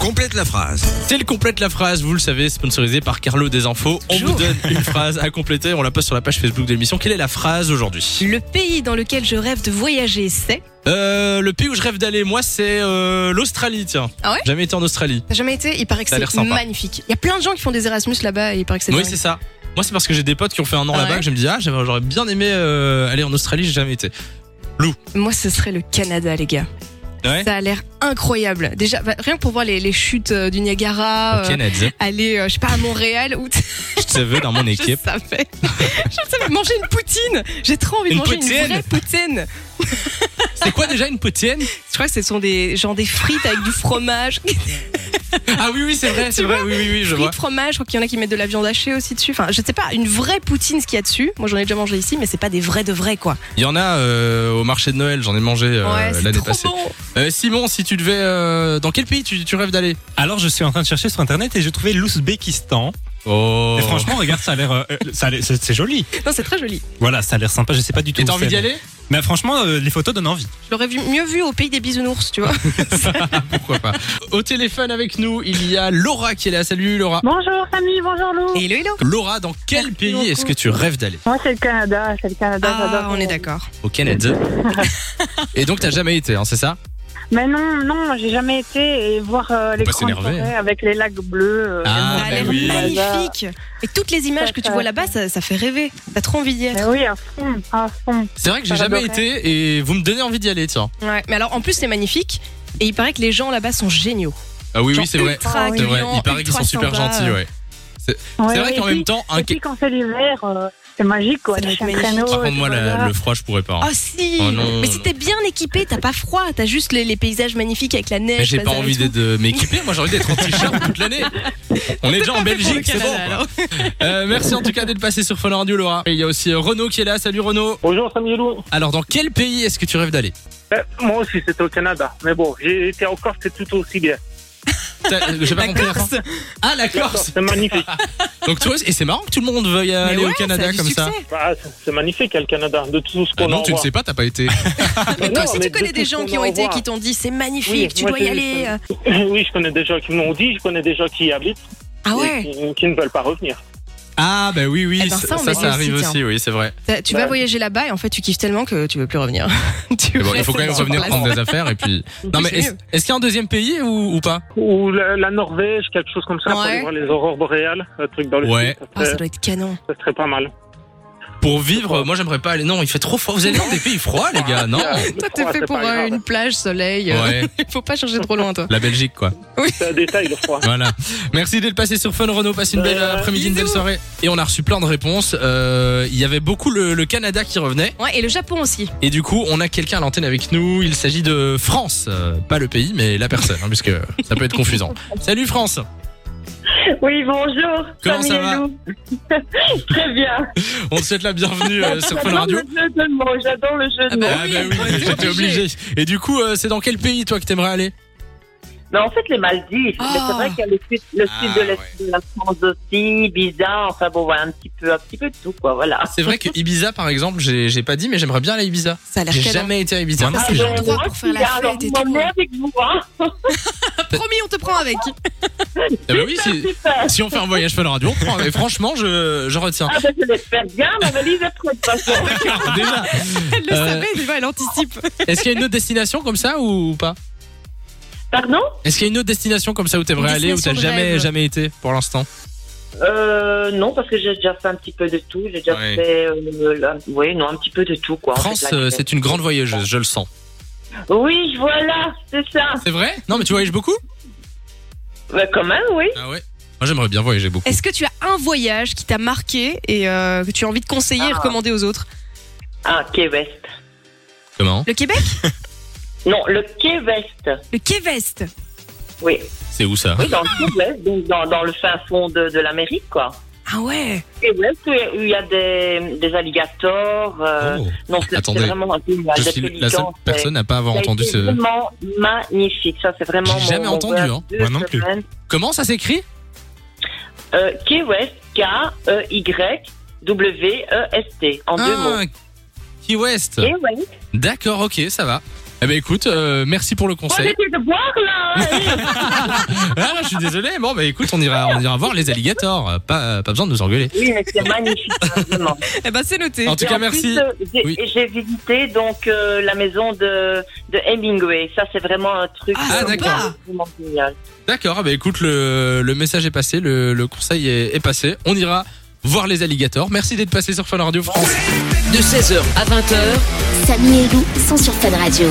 Complète la phrase. C'est le complète la phrase, vous le savez, sponsorisé par Carlo des infos. On vous donne une phrase à compléter, on la poste sur la page Facebook de l'émission. Quelle est la phrase aujourd'hui Le pays dans lequel je rêve de voyager, c'est. euh, Le pays où je rêve d'aller, moi, c'est euh, l'Australie, tiens. Ah ouais Jamais été en Australie. T'as jamais été Il paraît que Ça a l'air c'est sympa. magnifique. Il y a plein de gens qui font des Erasmus là-bas et il paraît que c'est. Oui, dingue. c'est ça. Moi, c'est parce que j'ai des potes qui ont fait un an Ah là-bas ouais que je me dis, ah, j'avais- j'aurais bien aimé euh, aller en Australie, j'ai jamais été. Moi, ce serait le Canada, les gars. Ouais Ça a l'air incroyable. Déjà, bah, rien que pour voir les, les chutes euh, du Niagara, Ok, euh, Nadia, aller, euh, je sais pas, à Montréal ou. je te veux dans mon Je équipe. savais. Je savais manger une poutine. J'ai trop envie Une de manger poutine une vraie poutine. C'est quoi déjà une potienne Je crois que ce sont des genre des frites avec du fromage. Ah oui, oui, c'est vrai, c'est Tu vrai, oui, oui, oui, je vois. frites, fromage, je crois qu'il y en a qui mettent de la viande hachée aussi dessus. Enfin, je sais pas, une vraie poutine ce qu'il y a dessus. Moi, j'en ai déjà mangé ici, mais c'est pas des vrais de vrais quoi. Il y en a euh, au marché de Noël, j'en ai mangé euh, ouais, c'est l'année trop passée. bon. Euh, Simon, si tu devais. euh, dans quel pays tu, tu rêves d'aller Alors je suis en train de chercher sur internet et j'ai trouvé l'Ouzbékistan. Oh. Et franchement, regarde, ça a l'air, euh, euh, ça a l'air- c'est c'est joli. Non, c'est très joli. Voilà, ça a l'air sympa. Je sais pas du tout. Et t'as où envie c'est, d'y mais- aller Mais franchement, euh, les photos donnent envie. Je l'aurais vu, mieux vu au pays des bisounours, tu vois. Pourquoi pas Au téléphone avec nous, il y a Laura qui est là. Salut Laura. Bonjour Samy, bonjour Lou. Hello, hello. Laura, dans quel pays est-ce que tu rêves d'aller Moi c'est le Canada, c'est le Canada. Ah, j'adore. on est d'accord. Au Canada. Et donc t'as jamais été, hein, c'est ça Mais non, non, j'ai jamais été et voir euh, les Faut pas grandes s'énerver, hein. forêts avec les lacs bleus. euh, Ah, ça a bah l'air oui. magnifique. Et toutes les images Ça, que tu ça- vois là-bas, ça, ça fait rêver. T'as trop envie d'y être. Mais oui, à fond, à fond. C'est vrai que j'ai Ça jamais m'adorerait. été et vous me donnez envie d'y aller, tiens. Ouais. Mais alors, en plus, c'est magnifique. Et il paraît que les gens là-bas sont géniaux. Ah oui, Genre oui, c'est vrai. ultra Ah oui. C'est vrai, accueillants, il paraît qu'ils ultra sont super sympas. gentils, ouais. Ouais, C'est vrai et qu'en puis- même temps, un. Et puis quand c'est l'hiver, euh, c'est magique quoi. Ça doit t'as être un magnifique. traîneau, Par contre, moi, tu la- vas le froid, je pourrais pas. hein. Oh si Oh non. Mais si t'es bien équipé, t'as pas froid, t'as juste les, les paysages magnifiques avec la Mais neige. j'ai le pas bazar et envie tout. d'être- de m'équiper, moi j'ai envie d'être en t-shirt toute l'année. On est déjà en Pas fait pour le Belgique, c'est bon. Canada, quoi. alors. Euh, merci en tout cas d'être passé sur Fun Radio Laura. Et il y a aussi euh, Renaud qui est là. Salut Renaud. Bonjour Samy et Lou. Alors dans quel pays est-ce que tu rêves d'aller Eh, moi aussi c'était au Canada, mais bon, j'ai été en Corse, c'est tout aussi bien. T'as- euh, J'ai pas La compris. la Corse. fin. Ah la Corse. C'est magnifique. Donc toi et c'est marrant que tout le monde veuille Mais aller ouais, au Canada ça a du comme ça. succès. Ah, c'est- c'est magnifique hein, le Canada, de tout ce Ah qu'on non, en tu ne voit. sais pas, t'as pas été. Mais toi Non, aussi, mais tu de connais tout des ce gens qu'on qui ont en été, voit. qui t'ont dit c'est magnifique, Oui, tu moi, dois j'ai- y aller. euh. Oui, je connais des gens qui me l'ont dit, je connais des gens qui y habitent Ah et ouais qui, qui ne veulent pas revenir. Ah bah oui oui Eh ben, ça, ça, on ça, met aussi, arrive tiens. aussi oui c'est vrai. T'as- Bah, Tu vas Ouais. voyager là-bas et en fait, tu kiffes tellement que tu veux plus revenir. Mais bon, Eh Tu ben, il restes faut quand même sur revenir place. prendre des affaires et puis. Non mais c'est est-ce mieux. est-ce qu'il y a un deuxième pays ou, ou pas Ou la, la Norvège, quelque chose comme ça, pour Ouais. aller voir les aurores boréales, un truc dans le Ouais. sud, Oh, ça ça serait, doit être canon. ça serait pas mal. Pour vivre, euh, moi j'aimerais pas aller. Non, il fait trop froid. Vous allez dans des pays froids les gars, non Le Toi, froid, t'es fait Ah, c'est pour pas euh, grave. une plage, soleil. euh, Ouais, Faut pas changer trop loin, toi. la Belgique quoi. C'est un détail, le froid. Voilà. Merci d'être passé sur Fun Renault. Passe une belle Euh, après-midi, une belle soirée. Et on a reçu plein de réponses. Euh, Il y avait beaucoup le, le Canada qui revenait. Ouais, et le Japon aussi. Et du coup, on a quelqu'un à l'antenne avec nous. Il s'agit de France. Euh, pas le pays, mais la personne, hein, puisque ça peut être confusant. Salut France. Oui, bonjour. Comment Samy ça et va Lou. Très bien. On te souhaite la bienvenue euh, sur Fun J'adore Radio. le jeu de mots, j'adore le jeu de mots. Ah bah oui, j'étais obligé. Et du coup, euh, c'est dans quel pays toi que t'aimerais aller Mais en fait, les Maldives, Ah. mais c'est vrai qu'il y a le sud, le Ah, sud de l'Est ouais. de la France aussi, bizarre, enfin bon, voilà, un petit peu, un petit peu de tout, quoi, voilà. C'est vrai que Ibiza, par exemple, j'ai j'ai pas dit, mais j'aimerais bien aller à Ibiza. Ça a l'air J'ai canon. jamais été à Ibiza. Moi non c'est plus, le j'ai- endroit Moi pour faire la aussi, alors, fête et moi, tout. on est avec vous, hein. Promis, on te prend avec. Ah bah oui, si, Super. si on fait un voyage Fun Radio, on prend. Mais franchement, je, je retiens. Ah ben, je l'espère bien, ma valise est prête, de toute façon. Déjà. Elle le Euh, savait, déjà, elle anticipe. Est-ce qu'il y a une autre destination comme ça ou pas Pardon Est-ce qu'il y a une autre destination comme ça où t'aimerais Une aller où t'as destination de jamais rêve. jamais été pour l'instant euh, Non, parce que j'ai déjà fait un petit peu de tout, j'ai déjà Ouais. fait, euh, la- oui, non, un petit peu de tout, quoi. en France, fait, la- euh, c'est une grande voyageuse, je le sens. Oui, voilà, c'est ça. C'est vrai Non, mais tu voyages beaucoup Ben, quand même, oui. Ah ouais. Moi, j'aimerais bien voyager beaucoup. Est-ce que tu as un voyage qui t'a marqué et euh, que tu as envie de conseiller et Ah. recommander aux autres Ah, Key West. Comment Le Québec Non, le Quai West. Le Quévest Oui, C'est où ça oui dans le Quai West, donc dans, dans le fin fond de, de l'Amérique, quoi. Ah ouais Quai West, où il y a des, des alligators. euh, bah, Oh. non, c'est Attendez. c'est vraiment un film. Je suis la euh, seule personne à pas avoir entendu C'est ce. vraiment magnifique. Ça, c'est vraiment. J'ai jamais mon- mon entendu, voyage hein. de Moi non plus. semaine. Comment ça s'écrit Euh, Key West, E K-E-Y-W-E-S-T. E En deux mots. Ah, Key West. Key West. D'accord, ok, ça va. Eh ben écoute, euh, merci pour le Moi, conseil. j'étais de boire, là. Ah, je suis désolé. Bon, bah écoute, on ira, on ira voir les alligators. Pas, pas besoin de nous engueuler. oui, mais c'est magnifique, hein, vraiment. Eh ben, c'est noté. En tout Et cas, en plus, merci. euh, J'ai Oui. j'ai visité donc euh, la maison de, de Hemingway. Ça, c'est vraiment un truc Ah, euh, d'accord. absolument génial. D'accord. ah Bah écoute, le, le message est passé, le, le conseil est, est passé. On ira voir les alligators. Merci d'être passé sur Fun Radio France. De 16h à 20h, Samy et Lou sont sur Fun Radio.